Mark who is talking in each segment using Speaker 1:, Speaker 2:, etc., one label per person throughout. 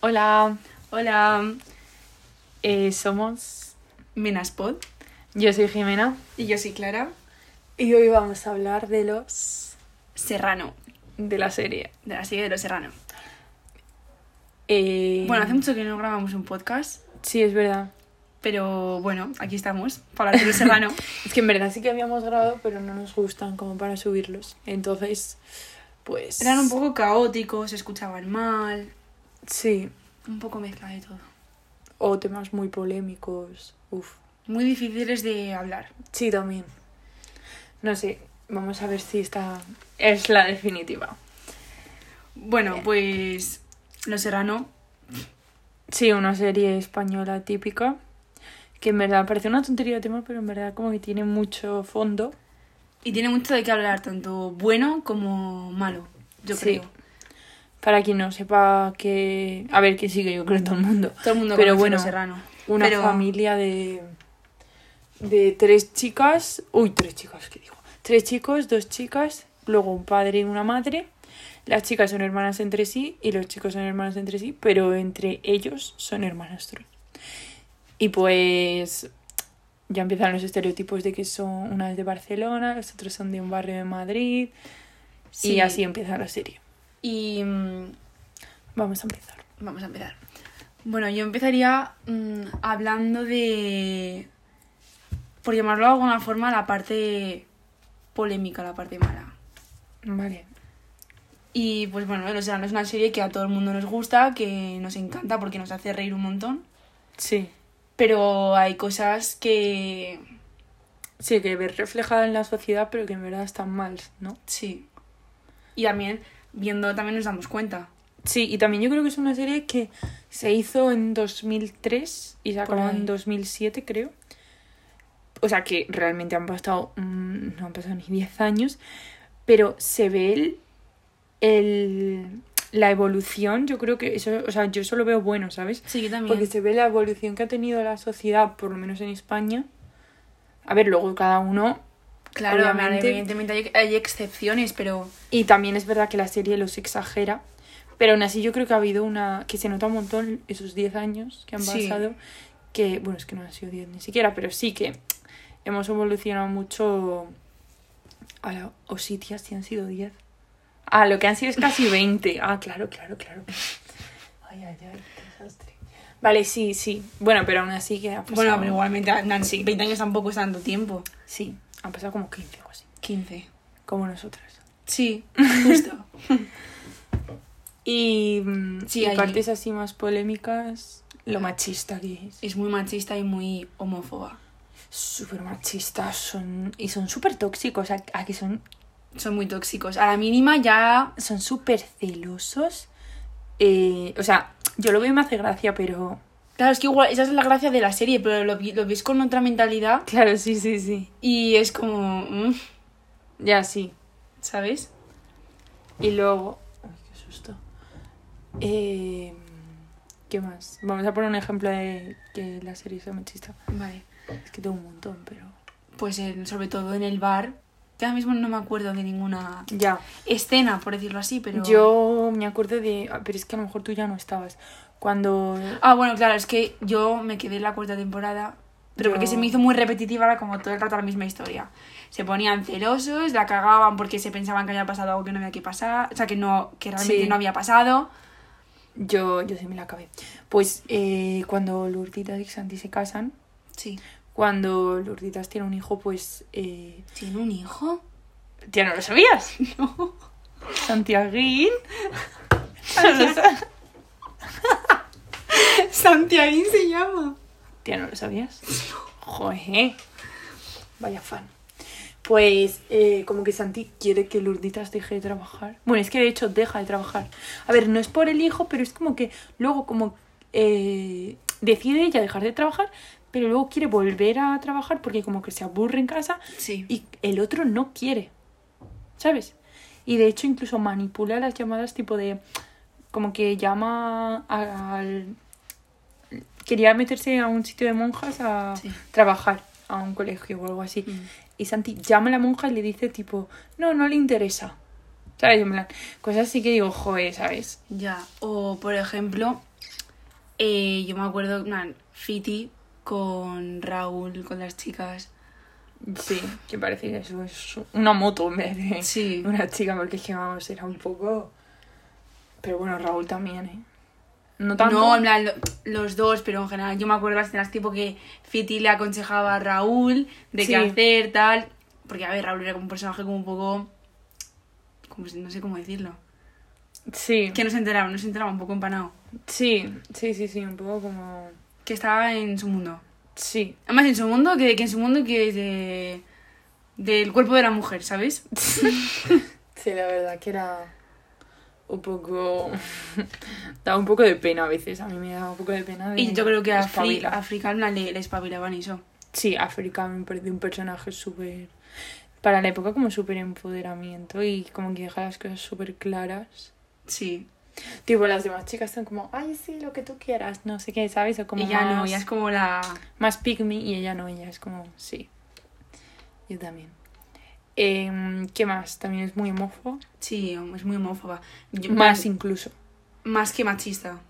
Speaker 1: Hola,
Speaker 2: Hola,
Speaker 1: eh, somos.
Speaker 2: Menaspod.
Speaker 1: Yo soy Jimena.
Speaker 2: Y yo soy Clara.
Speaker 1: Y hoy vamos a hablar de los.
Speaker 2: Serrano,
Speaker 1: de la serie.
Speaker 2: de la serie de los Serrano.
Speaker 1: Eh,
Speaker 2: Bueno, hace mucho que no grabamos un podcast,
Speaker 1: Sí, es verdad.
Speaker 2: pero bueno, aquí estamos para hablar de los Serrano.
Speaker 1: Es que en verdad sí que habíamos grabado, pero no nos gustan como para subirlos. Entonces, pues.
Speaker 2: Eran un poco caóticos, se escuchaban mal,
Speaker 1: Sí,
Speaker 2: un poco mezcla de todo.
Speaker 1: o temas muy polémicos. Uf.
Speaker 2: Muy difíciles de hablar.
Speaker 1: Sí, también. No sé, vamos a ver si esta es la definitiva.
Speaker 2: Bueno, pues los Serrano,
Speaker 1: Sí, una serie española típica. Que en verdad parece una tontería de tema, pero en verdad como que tiene mucho fondo.
Speaker 2: y tiene mucho de qué hablar, tanto bueno como malo, yo
Speaker 1: Sí.
Speaker 2: creo.
Speaker 1: Para quien no sepa que... A ver, que sigue yo creo todo el mundo.
Speaker 2: Todo el mundo
Speaker 1: Pero
Speaker 2: conoce
Speaker 1: bueno,
Speaker 2: los Serrano.
Speaker 1: Una
Speaker 2: Pero-
Speaker 1: familia de... De tres chicas... Uy, tres chicas, ¿qué digo? Tres chicos, dos chicas, luego un padre y una madre. Las chicas son hermanas entre sí y los chicos son hermanos entre sí, pero entre ellos son hermanastros. Y pues ya empiezan los estereotipos de que son una es de Barcelona, los otros son de un barrio de Madrid
Speaker 2: Sí.
Speaker 1: y así empieza la serie.
Speaker 2: Y mm,
Speaker 1: Vamos a empezar.
Speaker 2: Vamos a empezar. Bueno, yo empezaría mm, hablando de, por llamarlo de alguna forma, la parte polémica, la parte mala.
Speaker 1: Vale.
Speaker 2: Y pues bueno, El Océano es una serie que a todo el mundo nos gusta, que nos encanta porque nos hace reír un montón.
Speaker 1: Sí.
Speaker 2: Pero hay cosas que...
Speaker 1: Sí, que ver reflejada en la sociedad, pero que en verdad están mal, ¿no?
Speaker 2: Sí. Y también, viendo, también nos damos cuenta.
Speaker 1: Sí, y también yo creo que es una serie que se hizo en 2003 y se
Speaker 2: Por
Speaker 1: acabó en
Speaker 2: ahí.
Speaker 1: 2007, creo. O sea, que realmente han pasado, mm, no han pasado ni 10 años, pero se ve el, el- la evolución, yo creo que eso, o sea, yo eso lo veo bueno, ¿sabes?
Speaker 2: Sí, que también.
Speaker 1: Porque se ve la evolución que ha tenido la sociedad, por lo menos en España. A ver, luego cada uno
Speaker 2: claro, a ver,
Speaker 1: obviamente-
Speaker 2: evidentemente hay, hay excepciones, pero...
Speaker 1: Y también es verdad que la serie los exagera. Pero aún así yo creo que ha habido una... que se nota un montón esos 10 años que han
Speaker 2: Sí.
Speaker 1: pasado. Que, bueno, es que no han sido 10 ni siquiera, pero sí que hemos evolucionado mucho a la... o sí, tía, sí han sido 10. Ah, lo que han sido es casi 20. Ah, claro, claro, claro. Ay, ay, ay, qué desastre. Vale, sí, sí. Bueno, pero aún así que ha pasado...
Speaker 2: Bueno, pero igualmente, Nancy, 20 años tampoco es tanto tiempo.
Speaker 1: Sí, han pasado como 15 o así.
Speaker 2: 15.
Speaker 1: Como nosotras.
Speaker 2: Sí, justo.
Speaker 1: Y, mm,
Speaker 2: Sí,
Speaker 1: y
Speaker 2: hay-
Speaker 1: partes así más polémicas, lo machista que es.
Speaker 2: es muy machista y muy homófoba.
Speaker 1: Súper machistas son, y son súper tóxicos, a, a que son
Speaker 2: Son muy tóxicos. A la mínima ya...
Speaker 1: son súper celosos. Eh, o sea, yo lo veo y me hace gracia, pero...
Speaker 2: Claro, es que igual esa es la gracia de la serie, pero lo, vi- lo ves con otra mentalidad
Speaker 1: Claro, sí, sí, sí.
Speaker 2: y es como... mm,
Speaker 1: Ya, sí.
Speaker 2: ¿Sabes?
Speaker 1: Y luego... Uy, qué susto. Eh, ¿Qué más? Vamos a poner un ejemplo de que la serie sea machista.
Speaker 2: Vale.
Speaker 1: Es que tengo un montón, pero...
Speaker 2: Pues en- sobre todo en el bar. Que ahora mismo no me acuerdo de ninguna
Speaker 1: Ya.
Speaker 2: escena, por decirlo así, pero...
Speaker 1: Yo me acuerdo de... ah, Pero es que a lo mejor tú ya no estabas. Cuando...
Speaker 2: Ah, bueno, claro, es que yo me quedé en la cuarta temporada. Pero porque
Speaker 1: Yo-
Speaker 2: se me hizo muy repetitiva, era como todo el rato la misma historia. Se ponían celosos, la cagaban porque se pensaban que había pasado algo que no había que pasar. O sea, que, no, que realmente
Speaker 1: Sí.
Speaker 2: no había pasado.
Speaker 1: Yo, yo sí me la acabé. Pues eh, cuando Lourditas y Santi se casan,
Speaker 2: Sí.
Speaker 1: cuando Lourditas tiene un hijo, pues... Eh...
Speaker 2: ¿Tiene un hijo?
Speaker 1: ¿Ya no lo sabías?
Speaker 2: No.
Speaker 1: Santiaguín. No lo sa-
Speaker 2: Santiaguín se llama.
Speaker 1: ¿Ya no lo sabías? Joder. Vaya fan. Pues eh, como que Santi quiere que Lourditas deje de trabajar. Bueno, es que de hecho deja de trabajar. A ver, no es por el hijo, pero es como que luego como eh, decide ella dejar de trabajar, pero luego quiere volver a trabajar porque como que se aburre en casa
Speaker 2: Sí.
Speaker 1: y el otro no quiere, ¿sabes? Y de hecho incluso manipula las llamadas tipo de, como que llama a- al... Quería meterse a un sitio de monjas a
Speaker 2: Sí.
Speaker 1: trabajar, a un colegio o algo así.
Speaker 2: Mm.
Speaker 1: Y Santi llama a la monja y le dice tipo, no, no le interesa. ¿Sabes? En plan, cosas así que digo, joder, ¿sabes?
Speaker 2: Ya, o por ejemplo, eh, yo me acuerdo, man, Fiti con Raúl, con las chicas.
Speaker 1: Sí, que parece que eso es una moto en vez de
Speaker 2: Sí.
Speaker 1: una chica, porque es que vamos, era un poco. Pero bueno, Raúl también, ¿eh? No tanto.
Speaker 2: No, en plan, lo- los dos, pero en general yo me acuerdo las escenas tipo que Fiti le aconsejaba a Raúl de
Speaker 1: Sí.
Speaker 2: qué hacer, tal. Porque, a ver, Raúl era como un personaje como un poco... Como, si- no sé cómo decirlo.
Speaker 1: Sí,
Speaker 2: Que no se enteraba, no se enteraba, un poco empanado.
Speaker 1: sí, sí, sí, sí, un poco como.
Speaker 2: Que estaba en su mundo.
Speaker 1: Sí,
Speaker 2: Además, en su mundo, que, que en su mundo que es de... Del cuerpo de la mujer, ¿sabes?
Speaker 1: Sí, la verdad que era un poco... da un poco de pena a veces, a mí me da un poco de pena. de-
Speaker 2: Y yo creo que a Fri-
Speaker 1: Espabila.
Speaker 2: a Frika en plan, le, le espabilaban y eso.
Speaker 1: Sí, África me parece un personaje súper... Para la época como súper empoderamiento y como que deja las cosas súper claras.
Speaker 2: Sí.
Speaker 1: Tipo, las demás chicas son como, ay, sí, lo que tú quieras, no sé qué, ¿sabes? O como
Speaker 2: ella
Speaker 1: más,
Speaker 2: no, ella es como la...
Speaker 1: más pick me y ella no, ella es como, sí. Yo también. Em, ¿Qué más? También es muy homófoba.
Speaker 2: Sí, es muy homófoba. Yo-
Speaker 1: Más incluso.
Speaker 2: más que machista.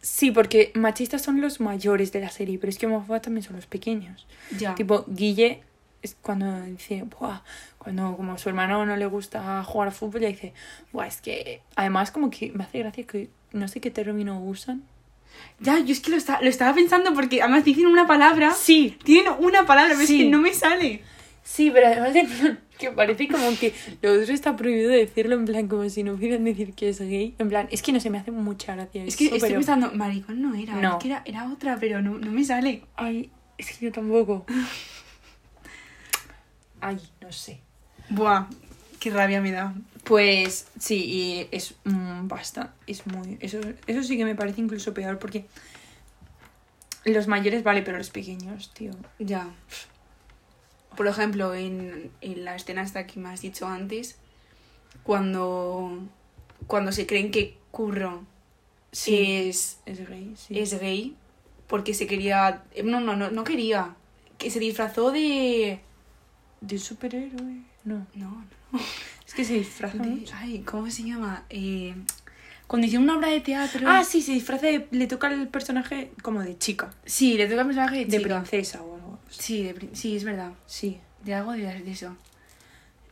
Speaker 1: Sí, porque machistas son los mayores de la serie, pero es que homófobas también son los pequeños.
Speaker 2: Ya.
Speaker 1: Tipo, Guille es cuando dice, Buah, cuando como a su hermano no le gusta jugar a fútbol, ya dice, Buah, es que además como que me hace gracia que no sé qué término usan.
Speaker 2: Ya, yo es que lo, esta- lo estaba pensando porque además dicen una palabra.
Speaker 1: Sí,
Speaker 2: Tienen una palabra, pero
Speaker 1: Sí.
Speaker 2: es que no me sale.
Speaker 1: sí, pero además en plan, que parece como que lo otro está prohibido decirlo, en plan, como si no pudieran decir que es gay. En plan, es que no se me hace mucha gracia.
Speaker 2: Es que
Speaker 1: eso,
Speaker 2: estoy
Speaker 1: pero-
Speaker 2: pensando, maricón no era,
Speaker 1: No.
Speaker 2: es que era, era otra, pero no, no me sale.
Speaker 1: Ay, es que yo tampoco. Ay, no sé.
Speaker 2: Buah, qué rabia me da.
Speaker 1: Pues sí, y es mm, basta, es muy eso eso sí que me parece incluso peor porque los mayores vale, pero los pequeños, tío.
Speaker 2: Ya. Por ejemplo, en, en la escena esta que me has dicho antes, cuando, cuando se creen que Curro es,
Speaker 1: es gay, sí.
Speaker 2: es gay, porque se quería... No, no, no, no quería. Que se disfrazó de...
Speaker 1: de superhéroe. No,
Speaker 2: No,
Speaker 1: es que se disfraza
Speaker 2: De-
Speaker 1: mucho.
Speaker 2: ay, ¿cómo se llama? Eh, cuando hicieron una obra de teatro.
Speaker 1: Ah, sí, se disfraza de, le toca el personaje como de chica,
Speaker 2: sí, le toca el personaje de,
Speaker 1: de
Speaker 2: chica.
Speaker 1: princesa o algo.
Speaker 2: Sí, de prin- sí, es verdad.
Speaker 1: Sí.
Speaker 2: De algo de, de eso.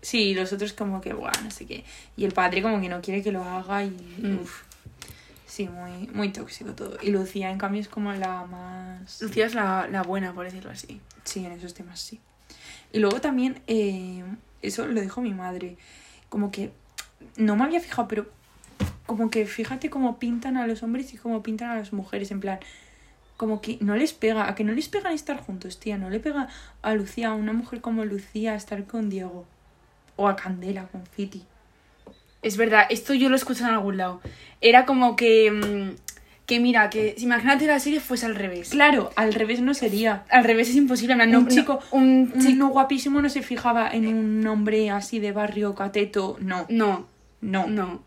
Speaker 1: Sí, y los otros como que, bueno, no sé qué. Y el padre como que no quiere que lo haga y...
Speaker 2: Mm.
Speaker 1: uf. Sí, muy, muy tóxico todo. Y Lucía, en cambio, es como la más...
Speaker 2: Lucía es la, la buena, por decirlo así.
Speaker 1: Sí, en esos temas sí. Y luego también, eh, eso lo dijo mi madre, como que no me había fijado, pero como que fíjate cómo pintan a los hombres y cómo pintan a las mujeres, en plan, como que no les pega, a que no les pega estar juntos, tía, no le pega a Lucía, a una mujer como Lucía, estar con Diego. O a Candela, con Fiti.
Speaker 2: Es verdad, esto yo lo escuché en algún lado. Era como que. mm, que mira, que si imagínate la serie fuese al revés.
Speaker 1: Claro, al revés no sería.
Speaker 2: Al revés es imposible, en plan, no-
Speaker 1: Un
Speaker 2: no-
Speaker 1: chico-
Speaker 2: un
Speaker 1: Un
Speaker 2: chico.
Speaker 1: chico guapísimo no se fijaba en un hombre así de barrio cateto, no,
Speaker 2: No,
Speaker 1: no.
Speaker 2: no.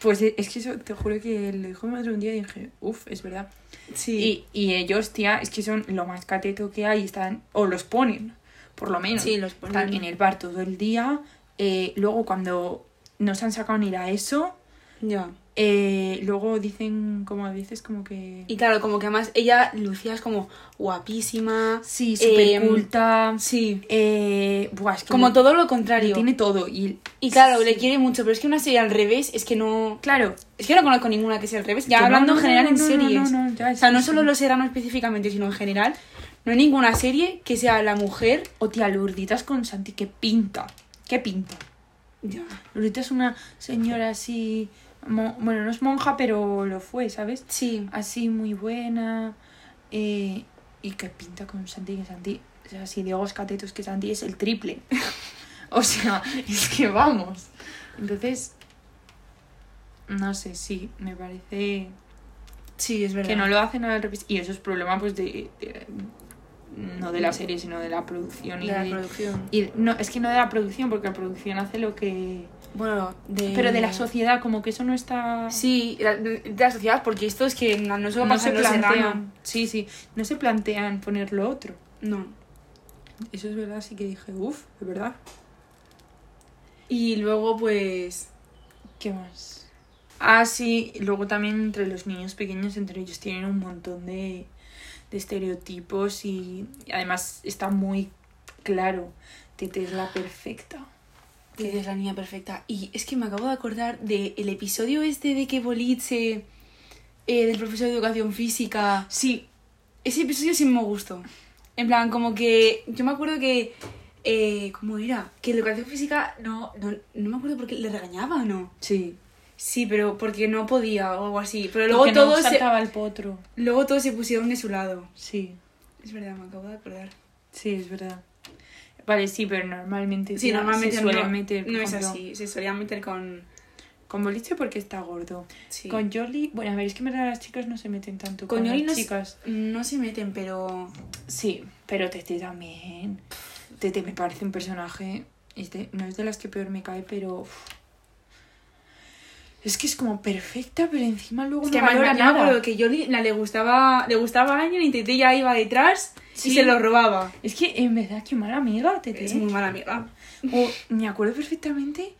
Speaker 1: Pues e- es que eso, te juro que lo dijo mi madre un día y dije, uff, es verdad.
Speaker 2: Sí.
Speaker 1: Y, y ellos, tía, es que son lo más cateto que hay, están, o los ponen, por lo menos.
Speaker 2: Sí, los ponen.
Speaker 1: Están en el bar todo el día, eh, luego cuando no se han sacado ni la ESO,
Speaker 2: Ya.
Speaker 1: eh, luego dicen, como dices, como que...
Speaker 2: Y claro, como que además ella, Lucía, es como guapísima.
Speaker 1: sí, súper
Speaker 2: em,
Speaker 1: culta.
Speaker 2: Sí.
Speaker 1: eh, buah, es que
Speaker 2: Como
Speaker 1: lo-
Speaker 2: todo lo
Speaker 1: lo
Speaker 2: contrario.
Speaker 1: tiene todo. Y,
Speaker 2: Y claro,
Speaker 1: sí.
Speaker 2: le quiere mucho, pero es que una serie al revés es que no.
Speaker 1: Claro.
Speaker 2: Es que no conozco ninguna que sea al revés. Ya
Speaker 1: Que no,
Speaker 2: hablando
Speaker 1: no,
Speaker 2: en general
Speaker 1: no,
Speaker 2: en
Speaker 1: no, no,
Speaker 2: series.
Speaker 1: no, no, ya,
Speaker 2: o sea,
Speaker 1: sí,
Speaker 2: no
Speaker 1: sí.
Speaker 2: solo los serranos específicamente, sino en general. No hay ninguna serie que sea la mujer.
Speaker 1: O tía, Lourditas con Santi, que pinta. Que pinta.
Speaker 2: Ya.
Speaker 1: Lolita es una señora así, mo- bueno, no es monja, pero lo fue, ¿sabes?
Speaker 2: Sí.
Speaker 1: Así muy buena eh, y que pinta con Santi, que Santi, o sea, si Diego es cateto, es que Santi es el triple. o sea, es que vamos. Entonces, no sé, sí, me parece
Speaker 2: Sí, es verdad.
Speaker 1: que no lo hacen al revés. Y eso es problema, pues, de, de- no de la serie, sino de la producción.
Speaker 2: De
Speaker 1: Y,
Speaker 2: la
Speaker 1: de-
Speaker 2: producción.
Speaker 1: y no, es que no de la producción, porque la producción hace lo que...
Speaker 2: Bueno, de.
Speaker 1: Pero de la sociedad, como que eso no está.
Speaker 2: Sí, la- de la sociedad, porque esto es que no, no solo
Speaker 1: no
Speaker 2: pasa
Speaker 1: se
Speaker 2: en los serranos.
Speaker 1: plantean. Sí, sí. No se plantean poner lo otro.
Speaker 2: No.
Speaker 1: Eso es verdad, sí que dije, uff, es verdad.
Speaker 2: Y luego, pues.
Speaker 1: ¿Qué más? Ah, sí, luego también entre los niños pequeños, entre ellos tienen un montón de, de estereotipos y además está muy claro. Tete es la perfecta.
Speaker 2: Tete es la niña perfecta. Y es que me acabo de acordar del episodio este de que Bolitze, eh, del profesor de educación física.
Speaker 1: Sí,
Speaker 2: Ese episodio sí me gustó. En plan, como que yo me acuerdo que. eh, ¿Cómo era? Que la educación física no, no, no me acuerdo por qué le regañaba o no.
Speaker 1: sí.
Speaker 2: Sí, pero porque no podía o algo así. Pero luego
Speaker 1: Luego todo
Speaker 2: todos, se,
Speaker 1: el potro.
Speaker 2: luego todos se pusieron de su lado.
Speaker 1: Sí,
Speaker 2: Es verdad, me acabo de acordar.
Speaker 1: sí, es verdad. Vale, sí, pero normalmente
Speaker 2: Sí,
Speaker 1: ya
Speaker 2: normalmente
Speaker 1: se suele
Speaker 2: no,
Speaker 1: meter por
Speaker 2: no es
Speaker 1: ejemplo,
Speaker 2: así. Se solía meter con.
Speaker 1: Con boliche porque está gordo.
Speaker 2: sí.
Speaker 1: Con Jolly, bueno, a ver, es que en verdad las chicas no se meten tanto
Speaker 2: Con
Speaker 1: con,
Speaker 2: Yoli
Speaker 1: las
Speaker 2: no se-
Speaker 1: chicas.
Speaker 2: No se meten, pero.
Speaker 1: Sí, pero Tete también. Tete me parece un personaje. es de- no es de las que peor me cae, pero. uf. Es que es como perfecta, pero encima luego
Speaker 2: Es
Speaker 1: no
Speaker 2: que además
Speaker 1: valora
Speaker 2: me- yo me
Speaker 1: nada.
Speaker 2: acuerdo que Yoli la, le gustaba le gustaba a alguien y Tete ya iba detrás
Speaker 1: Sí.
Speaker 2: y se lo robaba.
Speaker 1: Es que en verdad, qué mala amiga, Tete.
Speaker 2: Es muy mala amiga.
Speaker 1: O, me acuerdo perfectamente.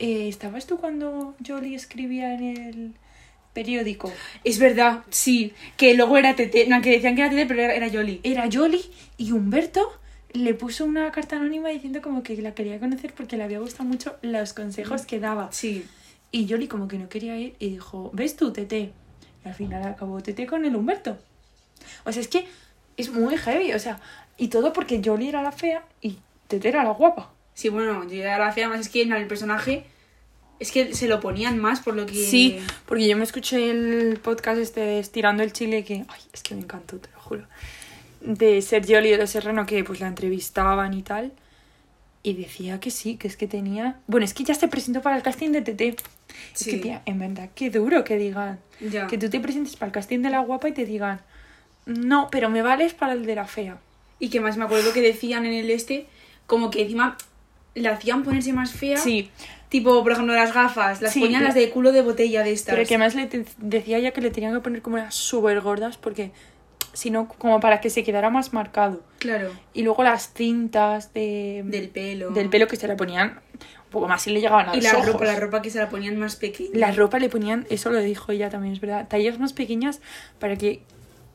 Speaker 1: eh, ¿Estabas tú cuando Jolly escribía en el periódico?
Speaker 2: Es verdad, sí. Que luego era Tete. No, que decían que era Tete, pero era, era Yoli.
Speaker 1: Era Jolly y Humberto le puso una carta anónima diciendo como que la quería conocer porque le había gustado mucho los consejos que daba.
Speaker 2: Sí.
Speaker 1: Y Yoli como que no quería ir y dijo, ¿ves tú, Tete? Y al final acabó Tete con el Humberto. O sea, es que es muy heavy, o sea, y todo porque Yoli era la fea y Tete era la guapa.
Speaker 2: Sí, bueno, yo ya la fea más es que no, el personaje. Es que se lo ponían más por lo que.
Speaker 1: Sí, porque yo me escuché el podcast este de Estirando el Chile que, ay, es que me encantó, te lo juro. De Sergio Olio de Serrano que pues la entrevistaban y tal. Y decía que sí, que es que tenía... Bueno, es que ya se presentó para el casting de TT. Es que,
Speaker 2: Sí.
Speaker 1: tía, en verdad, qué duro que digan.
Speaker 2: Ya.
Speaker 1: Que tú te presentes para el casting de la guapa y te digan, no, pero me vales para el de la fea.
Speaker 2: Y que más me acuerdo que decían en el este, como que encima la hacían ponerse más fea.
Speaker 1: Sí,
Speaker 2: Tipo, por ejemplo, las gafas. Las
Speaker 1: Sí,
Speaker 2: ponían
Speaker 1: pero-
Speaker 2: las de culo de botella de estas.
Speaker 1: pero que más le te- decía ya que le tenían que poner como unas súper gordas porque, si no, como para que se quedara más marcado.
Speaker 2: Claro.
Speaker 1: Y luego las cintas de,
Speaker 2: Del pelo.
Speaker 1: del pelo que se la ponían un poco más y le llegaban a
Speaker 2: Y
Speaker 1: los
Speaker 2: la
Speaker 1: ojos.
Speaker 2: ropa, la ropa que se la ponían más pequeña.
Speaker 1: La ropa le ponían, eso lo dijo ella también, es verdad, tallas más pequeñas para que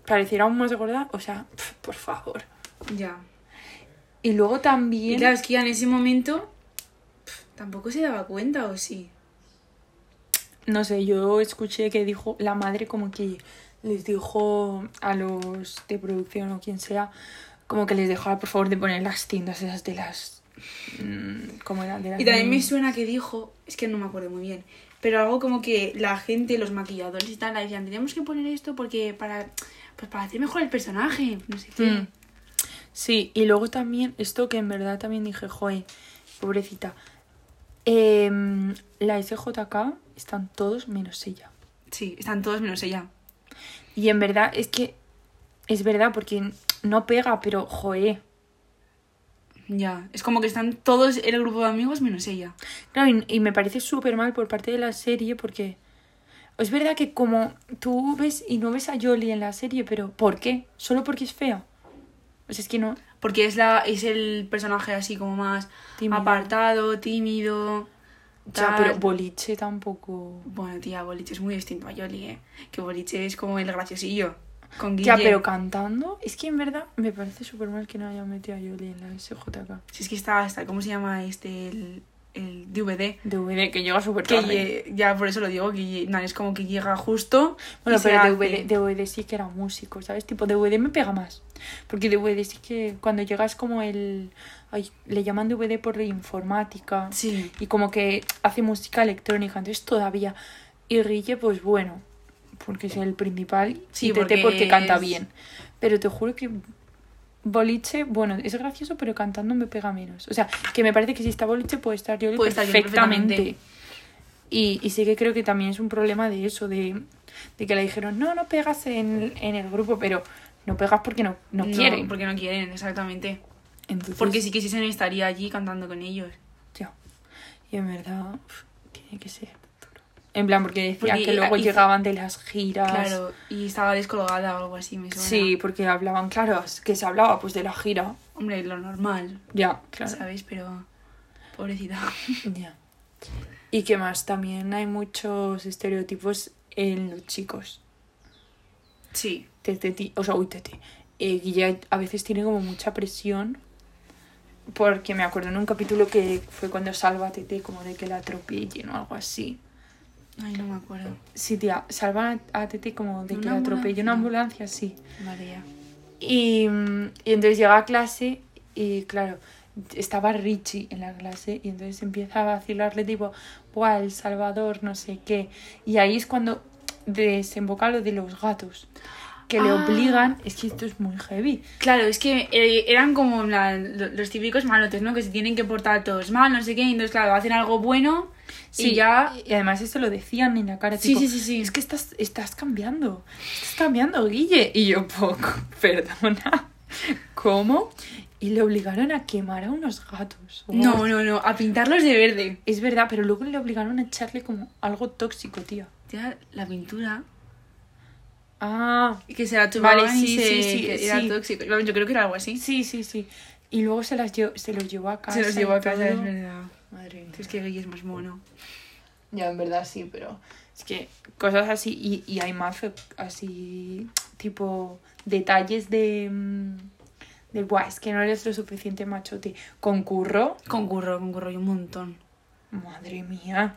Speaker 1: pareciera aún más gorda. O sea, pf, por favor.
Speaker 2: Ya.
Speaker 1: Y luego
Speaker 2: Y
Speaker 1: también...
Speaker 2: claro, es que ya en ese momento pf, tampoco se daba cuenta, ¿o sí?
Speaker 1: No sé, yo escuché que dijo la madre como que les dijo a los de producción o quien sea, como que les dejara por favor de poner las cintas esas de las... mm, ¿Cómo era? De las
Speaker 2: Y también me
Speaker 1: niñas.
Speaker 2: suena que dijo, es que no me acuerdo muy bien, pero algo como que la gente, los maquilladores y tal, la decían, tenemos que poner esto porque para, pues para hacer mejor el personaje, no sé qué.
Speaker 1: Mm. Sí, y luego también, esto que en verdad también dije, joe, pobrecita. Em, la SJK están todos menos ella.
Speaker 2: Sí, están todos menos ella.
Speaker 1: Y en verdad es que es verdad porque no pega, pero joe.
Speaker 2: Ya, es como que están todos el grupo de amigos menos ella.
Speaker 1: Claro, y, y me parece súper mal por parte de la serie porque es verdad que como tú ves y no ves a Jolie en la serie, pero ¿por qué? ¿Solo porque es fea? O sea, es que no.
Speaker 2: Porque es, la, es el personaje así como más
Speaker 1: Tímido.
Speaker 2: apartado, tímido.
Speaker 1: Ya,
Speaker 2: tal.
Speaker 1: pero boliche tampoco.
Speaker 2: Bueno, tía, Boliche es muy distinto a Yoli, ¿eh? Que Boliche es como el graciosillo. Con Guille.
Speaker 1: Ya, pero cantando. Es que en verdad me parece súper mal que no haya metido a Yoli en la SJK.
Speaker 2: Si es que está hasta, ¿cómo se llama este? El, el DVD.
Speaker 1: DVD, que llega súper
Speaker 2: Que
Speaker 1: tarde.
Speaker 2: lle- ya por eso lo digo, que lle- no, es como que llega justo.
Speaker 1: Bueno,
Speaker 2: y se
Speaker 1: pero
Speaker 2: hace.
Speaker 1: DVD, DVD sí que era músico, ¿sabes? Tipo, DVD me pega más. Porque DVD sí que cuando llegas como el... ay, le llaman DVD por informática.
Speaker 2: Sí.
Speaker 1: Y como que hace música electrónica. Entonces todavía... Y Guille, pues bueno. Porque es el principal.
Speaker 2: Sí,
Speaker 1: y Tete
Speaker 2: porque
Speaker 1: porque, canta
Speaker 2: es-
Speaker 1: bien. Pero te juro que... Boliche, bueno, es gracioso, pero cantando me pega menos. O sea, que me parece que si está Boliche puede estar yo
Speaker 2: Puede estar Yoli
Speaker 1: perfectamente.
Speaker 2: perfectamente.
Speaker 1: Y, y sí que creo que también es un problema de eso, de, de que le dijeron, no, no pegas en, en el grupo, pero no pegas porque no, no, quieren.
Speaker 2: Porque no quieren, exactamente.
Speaker 1: Entonces,
Speaker 2: Porque si quisiesen estaría allí cantando con ellos.
Speaker 1: ya. Y en verdad, uf, tiene que ser duro. En plan, porque decían
Speaker 2: Porque
Speaker 1: que luego
Speaker 2: hizo-
Speaker 1: llegaban de las giras.
Speaker 2: Claro, y estaba descolgada o algo así, me suena.
Speaker 1: Sí, porque hablaban, claro, es que se hablaba pues de la gira.
Speaker 2: Hombre, lo normal,
Speaker 1: Ya, claro.
Speaker 2: ¿sabes? Pero. Pobrecita.
Speaker 1: Ya. Y que más, también hay muchos estereotipos en los chicos.
Speaker 2: Sí.
Speaker 1: Tete, ti- o sea, uy, tete. Eh, Guille a veces tiene como mucha presión. Porque me acuerdo en un capítulo que fue cuando salva a Tete, como de que la atropellen o algo así.
Speaker 2: Ay, no me acuerdo.
Speaker 1: Sí, tía, salvan a, a Tete como de
Speaker 2: ¿En
Speaker 1: que
Speaker 2: una
Speaker 1: la atropelló una ambulancia, sí.
Speaker 2: Vale, ya.
Speaker 1: Y, mm, y entonces llega a clase y claro, estaba Richie en la clase y entonces empieza a vacilarle tipo, ¡buah, El Salvador, no sé qué! Y ahí es cuando desemboca lo de los gatos, que le
Speaker 2: Ah.
Speaker 1: obligan, es que esto es muy heavy.
Speaker 2: Claro, es que eh, eran como en plan, lo- los típicos malotes, ¿no? Que se tienen que portar todos mal, no sé qué. y Entonces, claro, hacen algo bueno y ya...
Speaker 1: y además esto lo decían en la cara,
Speaker 2: Sí,
Speaker 1: tipo,
Speaker 2: sí, sí, sí.
Speaker 1: es que estás, estás cambiando, estás cambiando, Guille. Y yo, poco, perdona, ¿cómo? Y le obligaron a quemar a unos gatos.
Speaker 2: No, no, no, a pintarlos de verde.
Speaker 1: Es verdad, pero luego le obligaron a echarle como algo tóxico, tío.
Speaker 2: Tía, la pintura...
Speaker 1: Ah,
Speaker 2: Que se la chupaban
Speaker 1: Vale, sí,
Speaker 2: y se-
Speaker 1: sí, sí,
Speaker 2: que era
Speaker 1: sí.
Speaker 2: tóxico. Bueno, yo creo que era algo así.
Speaker 1: sí, sí, sí. Y luego se, las lle- se los llevó a casa.
Speaker 2: se los
Speaker 1: y
Speaker 2: llevó a casa,
Speaker 1: todo.
Speaker 2: es verdad.
Speaker 1: Madre mía.
Speaker 2: Es que Guille es más mono.
Speaker 1: Ya, en verdad sí, pero es que cosas así. Y, y hay más así, tipo, detalles de. mm, de Buah, es que no eres lo suficiente machote. Concurro.
Speaker 2: Con curro, con curro y un montón.
Speaker 1: Madre mía.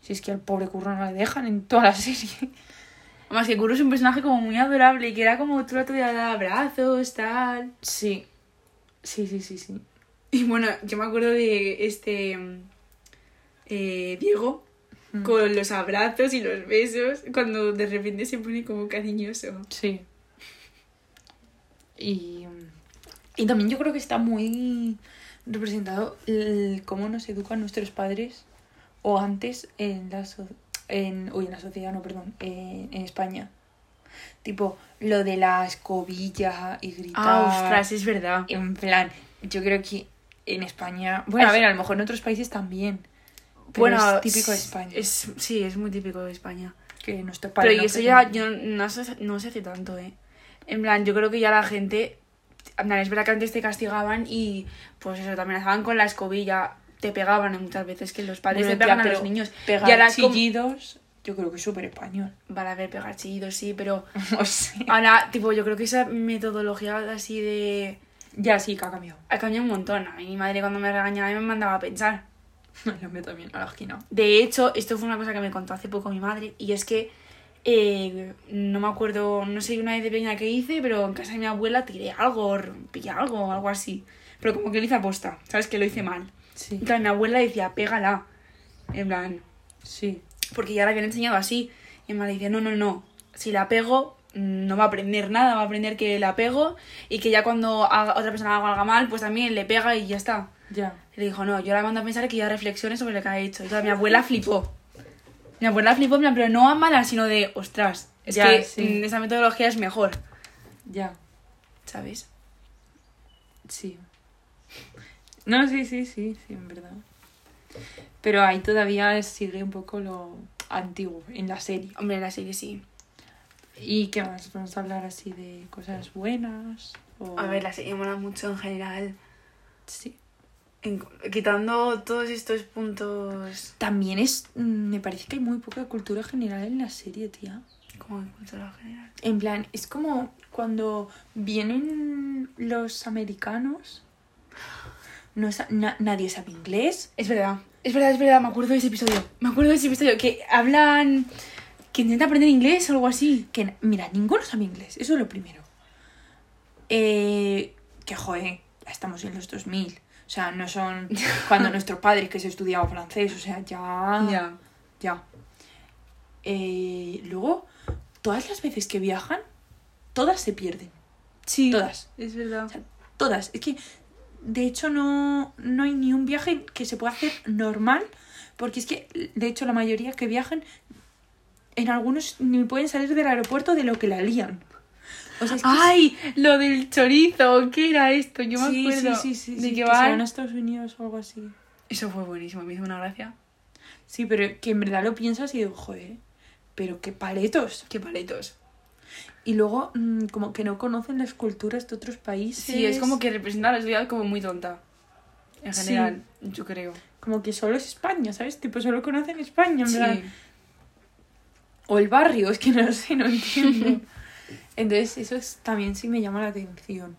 Speaker 1: Si es que al pobre curro no le dejan en toda la serie.
Speaker 2: Además que Curro es un personaje como muy adorable y que era como tú la tuya de abrazos, tal.
Speaker 1: Sí. Sí, sí, sí, sí.
Speaker 2: Y bueno, yo me acuerdo de este mm, eh, Diego
Speaker 1: Mm.
Speaker 2: con los abrazos y los besos, cuando de repente se pone como cariñoso.
Speaker 1: Sí. Y, y también yo creo que está muy representado el cómo nos educan nuestros padres o antes en la, so- en, uy, en la sociedad, no, perdón, en, en España. Tipo, lo de la escobilla y gritar.
Speaker 2: Ah, es verdad.
Speaker 1: En plan, yo creo que en España. Bueno, a
Speaker 2: Es-
Speaker 1: ver, a lo mejor en otros países también. Pero es típico de España.
Speaker 2: Es, sí, es muy típico de España.
Speaker 1: que nuestro padre.
Speaker 2: Pero
Speaker 1: no
Speaker 2: y eso
Speaker 1: te-
Speaker 2: ya yo, no, se, hace- no se hace tanto, ¿eh? En plan, yo creo que ya la gente... En plan, es verdad que antes te castigaban y pues eso, también estaban con la escobilla, te pegaban muchas veces, que los padres
Speaker 1: Bueno,
Speaker 2: te pegan
Speaker 1: tía,
Speaker 2: a los
Speaker 1: pero
Speaker 2: niños.
Speaker 1: Pegar
Speaker 2: y ahora es como-
Speaker 1: chillidos, yo creo que es súper español.
Speaker 2: Vale, a ver, pegar chillidos, sí, pero
Speaker 1: O sea.
Speaker 2: ahora, tipo, yo creo que esa metodología así de...
Speaker 1: Ya sí que ha cambiado.
Speaker 2: Ha cambiado un montón. A mí mi madre cuando me regañaba me mandaba a pensar.
Speaker 1: Yo me también a la esquina.
Speaker 2: De hecho, esto fue una cosa que me contó hace poco mi madre, y es que eh, no me acuerdo, no sé una vez de peña que hice, pero en casa de mi abuela tiré algo, rompí algo, algo así. Pero como que lo hice aposta, ¿sabes? Que lo hice mal.
Speaker 1: Sí,
Speaker 2: En plan, mi abuela decía, pégala. En plan,
Speaker 1: sí.
Speaker 2: porque ya la habían enseñado así. Y mi madre dice, no, no, no, si la pego mm, no va a aprender nada, va a aprender que la pego y que ya cuando haga- otra persona algo haga mal, pues también le pega y ya está.
Speaker 1: Ya.
Speaker 2: Y le dijo, no, yo la mando a pensar que ya reflexione sobre lo que ha hecho. Y claro, mi abuela flipó. Mi abuela flipó, en plan, pero no a malas, sino de, ostras, es
Speaker 1: Ya,
Speaker 2: que
Speaker 1: sí.
Speaker 2: mm, esa metodología es mejor,
Speaker 1: Ya.
Speaker 2: ¿sabes?
Speaker 1: Sí. No, sí, sí, sí, sí, en verdad. Pero ahí todavía sigue un poco lo antiguo en la serie.
Speaker 2: Hombre, la serie sí.
Speaker 1: ¿Y qué más? Vamos a hablar así de cosas buenas. O...
Speaker 2: A ver, la serie mola mucho en general.
Speaker 1: Sí.
Speaker 2: En- quitando todos estos puntos
Speaker 1: También es. mm, Me parece que hay muy poca cultura general en la serie, tía.
Speaker 2: como de cultura general.
Speaker 1: En plan, es como cuando vienen los americanos. No sa- na- nadie sabe inglés.
Speaker 2: Es verdad, es verdad, es verdad, me acuerdo de ese episodio. Me acuerdo de ese episodio, que hablan, que intenta aprender inglés o algo así.
Speaker 1: Que, n- mira, ninguno sabe inglés, eso es lo primero. Eh, que joder, ya estamos en los 2000. O sea, no son cuando nuestros padres que se estudiaba francés, o sea,
Speaker 2: Ah.
Speaker 1: ya. ya. Eh, luego, todas las veces que viajan, todas se pierden.
Speaker 2: Sí.
Speaker 1: Todas.
Speaker 2: Es verdad.
Speaker 1: Todas. Es que, de hecho, no, no hay ni un viaje que se pueda hacer normal, porque es que, de hecho, la mayoría que viajan, en algunos ni pueden salir del aeropuerto de lo que la lían. O sea, es que
Speaker 2: ¡Ay! Lo del chorizo, ¿qué era esto? Yo me
Speaker 1: sí,
Speaker 2: acuerdo.
Speaker 1: sí, sí, sí,
Speaker 2: de
Speaker 1: sí,
Speaker 2: que
Speaker 1: se
Speaker 2: van-
Speaker 1: van a Estados Unidos o algo así.
Speaker 2: Eso fue buenísimo, me hizo una gracia.
Speaker 1: Sí, pero que en verdad lo piensas y digo, joder, pero qué paletos.
Speaker 2: ¡Qué paletos!
Speaker 1: Y luego, mm, como que no conocen las culturas de otros países.
Speaker 2: Sí, es como que representa a la sociedad como muy tonta. En
Speaker 1: Sí.
Speaker 2: general, yo creo.
Speaker 1: como que solo es España, ¿sabes? Tipo, solo conocen España, en plan, O el barrio, es que no sé, no entiendo. Entonces, eso es- también sí me llama la atención.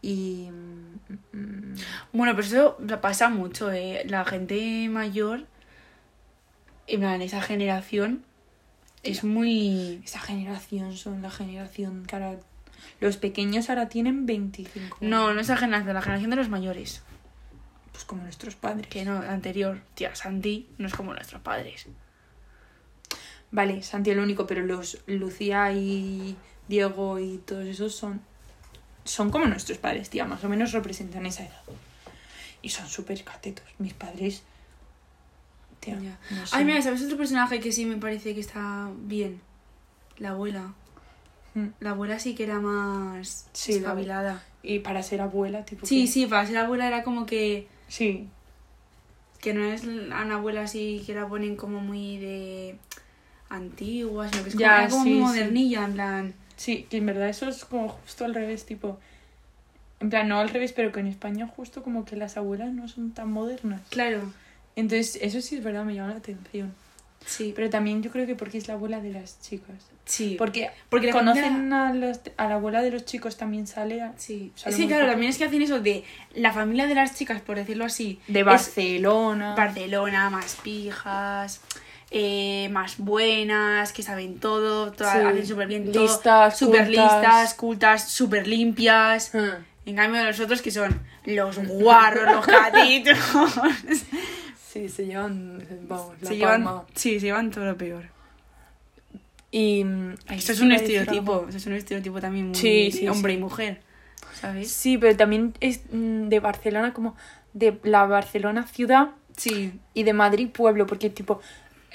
Speaker 1: Y... mm, mm,
Speaker 2: Bueno, pero eso la- pasa mucho, ¿eh? La gente mayor, en plan, esa generación, es muy...
Speaker 1: Esa generación son la generación que ahora... Los pequeños ahora tienen 25.
Speaker 2: No, no esa generación, la generación de los mayores.
Speaker 1: Pues como nuestros padres.
Speaker 2: Que no, la anterior. Tía, Santi no es como nuestros padres.
Speaker 1: Vale, Santi el único, pero los Lucía y Diego y todos esos son... Son como nuestros padres, tía. Más o menos representan esa edad. Y son súper catetos. Mis padres... Tía,
Speaker 2: Ya.
Speaker 1: no sé.
Speaker 2: Ay, mira, ¿sabes otro personaje que sí me parece que está bien? La abuela.
Speaker 1: Mm.
Speaker 2: La abuela sí que era más
Speaker 1: Sí, la abue-
Speaker 2: espabilada.
Speaker 1: Y para ser abuela, tipo...
Speaker 2: Sí,
Speaker 1: que-
Speaker 2: sí, para ser abuela era como que...
Speaker 1: Sí,
Speaker 2: Que no es la una abuela así que la ponen como muy de antigua, sino que es como,
Speaker 1: Ya,
Speaker 2: era como
Speaker 1: sí,
Speaker 2: muy
Speaker 1: sí.
Speaker 2: modernilla, en plan...
Speaker 1: sí, que en verdad eso es como justo al revés, tipo... En plan, no al revés, pero que en España justo como que las abuelas no son tan modernas.
Speaker 2: Claro,
Speaker 1: Entonces, eso sí es verdad, me llama la atención.
Speaker 2: sí,
Speaker 1: Pero también yo creo que porque es la abuela de las chicas.
Speaker 2: sí.
Speaker 1: Porque
Speaker 2: porque la
Speaker 1: conocen
Speaker 2: familia-
Speaker 1: a, los- a la abuela de los chicos también sale a-
Speaker 2: Sí,
Speaker 1: sale
Speaker 2: sí
Speaker 1: muy
Speaker 2: claro,
Speaker 1: poco.
Speaker 2: también es que hacen eso de la familia de las chicas, por decirlo así.
Speaker 1: de
Speaker 2: es
Speaker 1: Barcelona.
Speaker 2: Barcelona, más pijas, eh, más buenas, que saben todo, todas
Speaker 1: Sí.
Speaker 2: hacen súper bien todo.
Speaker 1: Listas,
Speaker 2: súper
Speaker 1: cultas.
Speaker 2: listas, cultas, súper limpias.
Speaker 1: Ah,
Speaker 2: En cambio, los otros que son los guarros, los gatitos.
Speaker 1: Sí, se llevan, vamos, la
Speaker 2: se llevan,
Speaker 1: palma.
Speaker 2: sí, se llevan todo lo peor.
Speaker 1: Y mm, ay,
Speaker 2: Esto es
Speaker 1: sí
Speaker 2: un
Speaker 1: iba a decir
Speaker 2: estereotipo,
Speaker 1: algo.
Speaker 2: esto es un estereotipo también muy
Speaker 1: Sí, sí,
Speaker 2: hombre
Speaker 1: sí.
Speaker 2: y mujer, ¿sabes?
Speaker 1: Sí, pero también es mm, de Barcelona como de la Barcelona ciudad
Speaker 2: Sí,
Speaker 1: y de Madrid pueblo, porque tipo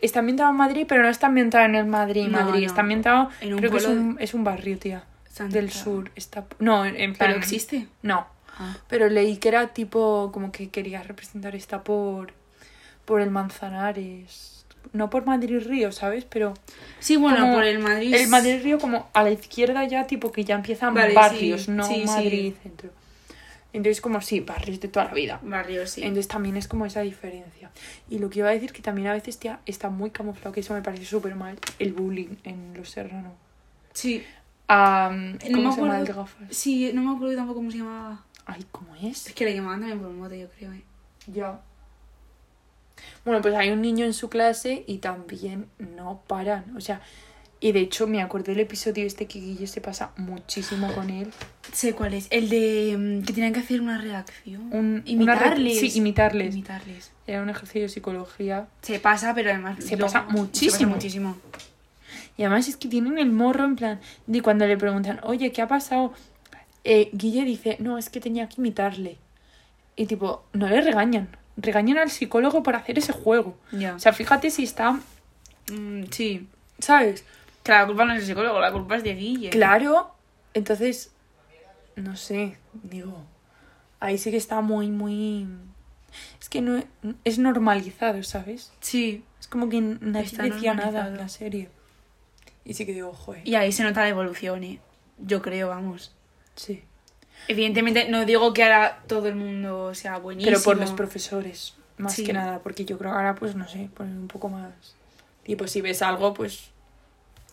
Speaker 1: está ambientado en Madrid, pero no está ambientado en el Madrid,
Speaker 2: No,
Speaker 1: Madrid,
Speaker 2: no.
Speaker 1: está ambientado
Speaker 2: En un
Speaker 1: creo que es
Speaker 2: pueblo
Speaker 1: un, es un barrio, tía,
Speaker 2: Santa.
Speaker 1: del sur, está no, en, en plan
Speaker 2: pero existe.
Speaker 1: No,
Speaker 2: Ah.
Speaker 1: Pero leí que era tipo, como que quería representar esta por, por el Manzanares. No por Madrid Río, ¿sabes? Pero
Speaker 2: Sí, bueno,
Speaker 1: Como
Speaker 2: por el Madrid.
Speaker 1: el Madrid Río como a la izquierda ya, tipo que ya empiezan
Speaker 2: Vale,
Speaker 1: barrios,
Speaker 2: sí,
Speaker 1: no
Speaker 2: sí, sí.
Speaker 1: Madrid centro. Entonces como sí, barrios de toda la vida.
Speaker 2: Barrio, sí.
Speaker 1: Entonces también es como esa diferencia. Y lo que iba a decir que también a veces tía, está muy camuflado, que eso me parece súper mal, el bullying en Los Serrano.
Speaker 2: Sí.
Speaker 1: Ah,
Speaker 2: No
Speaker 1: ¿Cómo
Speaker 2: me
Speaker 1: se llama el de
Speaker 2: acuerdo.
Speaker 1: gafas?
Speaker 2: Sí, no me acuerdo tampoco cómo se llamaba.
Speaker 1: Ay, ¿cómo
Speaker 2: Es
Speaker 1: es?
Speaker 2: que le llamaban también por un mote, yo creo, ¿eh?
Speaker 1: Ya. Bueno, pues hay un niño en su clase y también no paran. O sea, y de hecho me acuerdo del episodio este que Guille se pasa muchísimo con él.
Speaker 2: Sé cuál es. El de mm, que tenían que hacer una reacción.
Speaker 1: Un, una re-
Speaker 2: imitarles.
Speaker 1: sí, imitarles.
Speaker 2: Imitarles.
Speaker 1: Era un ejercicio de psicología.
Speaker 2: Se pasa, pero además.
Speaker 1: Se
Speaker 2: lo-
Speaker 1: pasa
Speaker 2: Se
Speaker 1: muchísimo.
Speaker 2: pasa muchísimo.
Speaker 1: Y además es que tienen el morro en plan de cuando le preguntan, oye, ¿qué ha pasado? Eh, Guille dice, no, es que tenía que imitarle. Y tipo, no le regañan. Regañan al psicólogo por hacer ese juego.
Speaker 2: Ya.
Speaker 1: O sea, fíjate si está,
Speaker 2: Mm, sí.
Speaker 1: ¿sabes?
Speaker 2: Que la culpa no es el psicólogo, la culpa es de Guille.
Speaker 1: Claro, entonces, no sé, digo, ahí sí que está muy, muy... Es que no es normalizado, ¿sabes?
Speaker 2: Sí.
Speaker 1: Es como que nadie
Speaker 2: Está
Speaker 1: decía nada en
Speaker 2: normalizado.
Speaker 1: la serie. Y sí que digo, joder,
Speaker 2: Y ahí se nota la evolución, ¿eh? Yo creo, vamos.
Speaker 1: sí.
Speaker 2: Evidentemente, no digo que ahora todo el mundo sea buenísimo.
Speaker 1: Pero por los profesores, más
Speaker 2: Sí.
Speaker 1: que nada, porque yo creo que ahora, pues, no sé, ponen un poco más... Tipo, si ves algo, pues...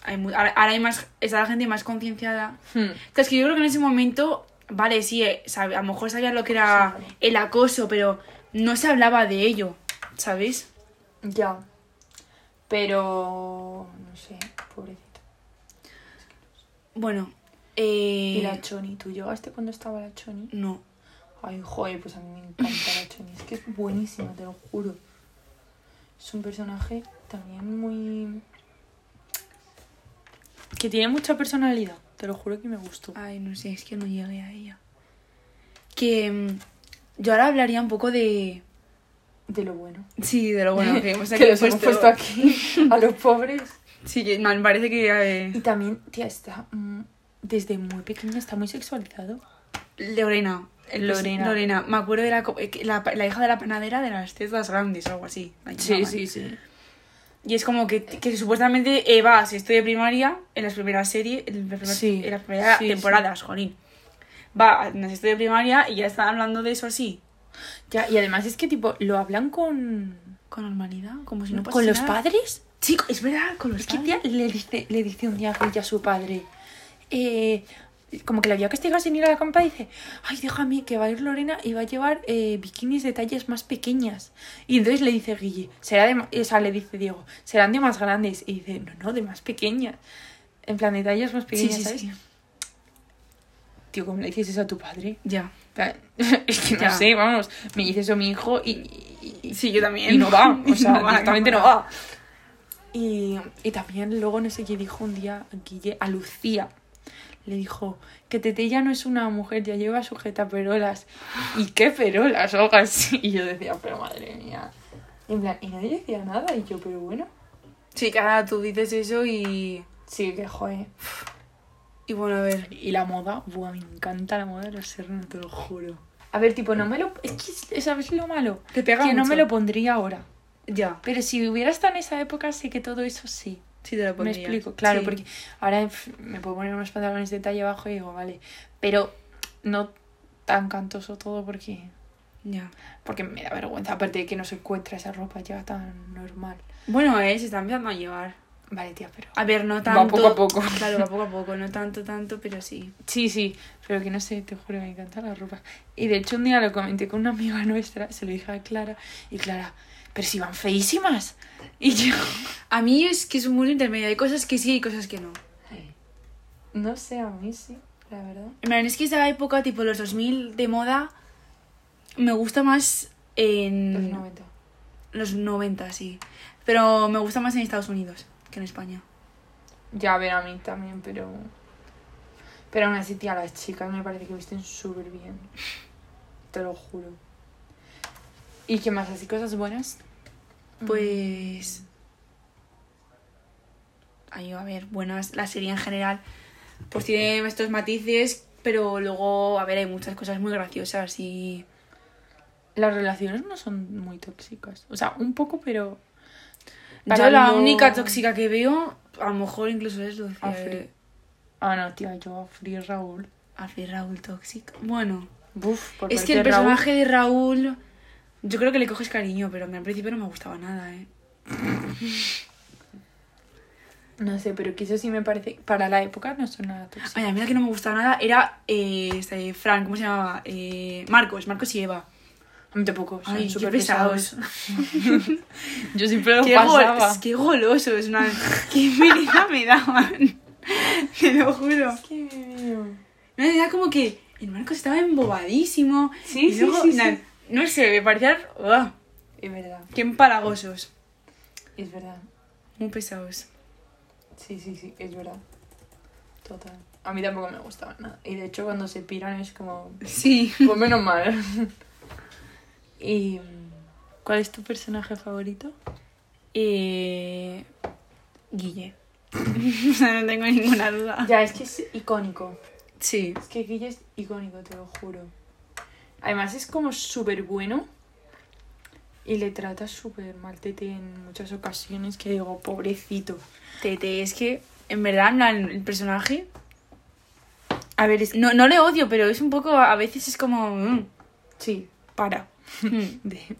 Speaker 2: Hay mu- ahora, ahora hay más. Está la gente más concienciada. Claro, es que yo creo que en ese momento, vale, sí, eh, sab- a lo mejor sabían lo que era
Speaker 1: Sí.
Speaker 2: el acoso, pero no se hablaba de ello, ¿sabéis?
Speaker 1: Ya. Pero... No sé, pobrecito.
Speaker 2: Bueno, eh...
Speaker 1: Y la Choni, ¿tú llegaste cuando estaba la Choni?
Speaker 2: No,
Speaker 1: Ay, joder, pues a mí me encanta la Choni. Es que es buenísima, te lo juro. Es un personaje también muy... Que tiene mucha personalidad. Te lo juro que me gustó.
Speaker 2: ay, no sé, es que no llegué a ella. Que mm, yo ahora hablaría un poco de...
Speaker 1: De lo bueno.
Speaker 2: Sí, de lo bueno que hemos
Speaker 1: que los hemos puesto aquí a los pobres.
Speaker 2: Sí, que me parece que...
Speaker 1: Y
Speaker 2: eh,
Speaker 1: también, tía, está... mm, Desde muy pequeña está muy sexualizado.
Speaker 2: Lorena. el-
Speaker 1: Lorena.
Speaker 2: Lorena. Me acuerdo de la, co- eh, que la, pa- la hija de la panadera de las tetas grandes o algo así. la llamaban.
Speaker 1: sí.
Speaker 2: Y es como que, que supuestamente eh, vas, estoy de primaria, en las primeras series, en, las primeras-
Speaker 1: Sí,
Speaker 2: en las primeras
Speaker 1: sí,
Speaker 2: temporadas, jolín. Va, en las estoy de primaria y ya están hablando de eso así.
Speaker 1: Ya, y además es que, tipo, lo hablan con.
Speaker 2: Con normalidad, como si no pasara
Speaker 1: ¿Con los
Speaker 2: nada.
Speaker 1: padres?
Speaker 2: Chico, es verdad, con los
Speaker 1: Es que
Speaker 2: padres.
Speaker 1: tía, le dice, le dice un día a Goya a su padre. eh, como que la había castigado sin ir a la campa dice, ay, déjame que va a ir Lorena y va a llevar eh, bikinis de tallas más pequeñas. Y entonces le dice Guille, será de, ma- o sea, le dice Diego, serán de más grandes. Y dice, no, no, de más pequeñas. En plan, de tallas más
Speaker 2: Sí,
Speaker 1: pequeñas,
Speaker 2: sí,
Speaker 1: ¿sabes?
Speaker 2: sí.
Speaker 1: Tío, ¿cómo le dices eso a tu padre?
Speaker 2: Ya.
Speaker 1: En plan, Es que no
Speaker 2: Ya.
Speaker 1: sé, vamos, me dice eso mi hijo y, y- y-
Speaker 2: Sí, yo también.
Speaker 1: y no va,
Speaker 2: Y
Speaker 1: o sea,
Speaker 2: no va la
Speaker 1: directamente no
Speaker 2: cámara.
Speaker 1: va. Y, y también luego no sé qué dijo un día Guille a Lucía. Le dijo que Tete ya no es una mujer, ya lleva sujeta perolas. ¿Y qué perolas? O algo así. Y yo decía, pero madre mía. En plan, y nadie decía nada. Y yo, pero bueno.
Speaker 2: Sí, que ahora tú dices eso y.
Speaker 1: Sí, que joder.
Speaker 2: Y bueno, a ver.
Speaker 1: Y la moda, buah, me encanta la moda de los serranos, te lo juro. A ver, tipo, no me lo. Es que, ¿sabes lo malo?
Speaker 2: Te pega
Speaker 1: que no
Speaker 2: mucho.
Speaker 1: me lo pondría ahora.
Speaker 2: Ya.
Speaker 1: Pero si hubiera estado en esa época, sé que todo eso sí.
Speaker 2: Sí, te lo
Speaker 1: Me
Speaker 2: pondría.
Speaker 1: explico, claro,
Speaker 2: Sí.
Speaker 1: porque ahora pf, me puedo poner unos pantalones de talla abajo y digo, vale, pero no tan cantoso todo porque
Speaker 2: Ya.
Speaker 1: porque me da vergüenza, aparte de que no se encuentra esa ropa ya tan normal.
Speaker 2: Bueno, eh, se está empezando a llevar.
Speaker 1: Vale, tía, pero...
Speaker 2: A ver, no
Speaker 1: Va
Speaker 2: tanto.
Speaker 1: poco a poco.
Speaker 2: Claro, va poco a poco. No tanto, tanto, pero sí.
Speaker 1: Sí, sí, pero que no sé, te juro, me encanta la ropa. Y de hecho un día lo comenté con una amiga nuestra, se lo dije a Clara, y Clara, pero si van feísimas. Y yo,
Speaker 2: A mí es que es un mundo intermedio. Hay cosas que sí y cosas que no.
Speaker 1: no sé, a mí sí, la verdad.
Speaker 2: En plan, es que esa época, tipo los 2000 de moda, me gusta más en.
Speaker 1: Los 90.
Speaker 2: Los 90, sí. Pero me gusta más en Estados Unidos que en España.
Speaker 1: Ya, a ver, a mí también, pero... Pero aún así, tía, las chicas me parece que visten súper bien. Te lo juro. ¿Y qué más? ¿Así cosas buenas? Mm.
Speaker 2: Pues. Ay, a ver, buenas. La serie en general, pues tiene estos matices, pero luego, a ver, hay muchas cosas muy graciosas y.
Speaker 1: Las relaciones no son muy tóxicas. O sea, un poco, pero...
Speaker 2: Yo la
Speaker 1: Parando-
Speaker 2: única tóxica que veo, a lo mejor incluso es Lucía.
Speaker 1: A Fri. Ah, no, tía, yo a Free Raúl.
Speaker 2: A Fri Raúl tóxica. Bueno,
Speaker 1: Buf, por
Speaker 2: es
Speaker 1: parte
Speaker 2: que el
Speaker 1: de Raúl-
Speaker 2: personaje de Raúl. Yo creo que le coges cariño, pero a mí al principio no me gustaba nada, ¿eh?
Speaker 1: No sé, pero que eso sí me parece... Para la época no son nada tóxicas.
Speaker 2: Ay, a mí la que no me gustaba nada era eh, este, Frank, ¿cómo se llamaba? Eh, Marcos, Marcos y Eva.
Speaker 1: A mí tampoco, Pues son
Speaker 2: Ay, qué
Speaker 1: súper
Speaker 2: pesados.
Speaker 1: pesados. Yo siempre lo
Speaker 2: Qué,
Speaker 1: pasaba.
Speaker 2: gol- qué golosos, una, qué envidia me daban. Te lo juro. Una idea como que el Marcos estaba embobadísimo.
Speaker 1: Sí,
Speaker 2: y
Speaker 1: sí,
Speaker 2: luego,
Speaker 1: sí, sí.
Speaker 2: na- No sé, me parecían. ¡Uah!
Speaker 1: Es verdad,
Speaker 2: qué empalagosos.
Speaker 1: es verdad.
Speaker 2: Muy pesados.
Speaker 1: Sí, sí, sí, es verdad. Total. A mí tampoco me gustaba nada. Y de hecho cuando se piran es como...
Speaker 2: Sí.
Speaker 1: Pues menos mal. ¿Y cuál es tu personaje favorito?
Speaker 2: Eh, Guille. o sea, no tengo ninguna duda.
Speaker 1: Ya, es que es icónico.
Speaker 2: Sí.
Speaker 1: Es que Guille es icónico, te lo juro. Además es como súper bueno. Y le trata súper mal Tete en muchas ocasiones que digo, pobrecito.
Speaker 2: Tete, es que en verdad en plan, el personaje. A ver, es- no, no le odio, pero es un poco. A veces es como. mm,
Speaker 1: Sí, para.
Speaker 2: mm.
Speaker 1: De-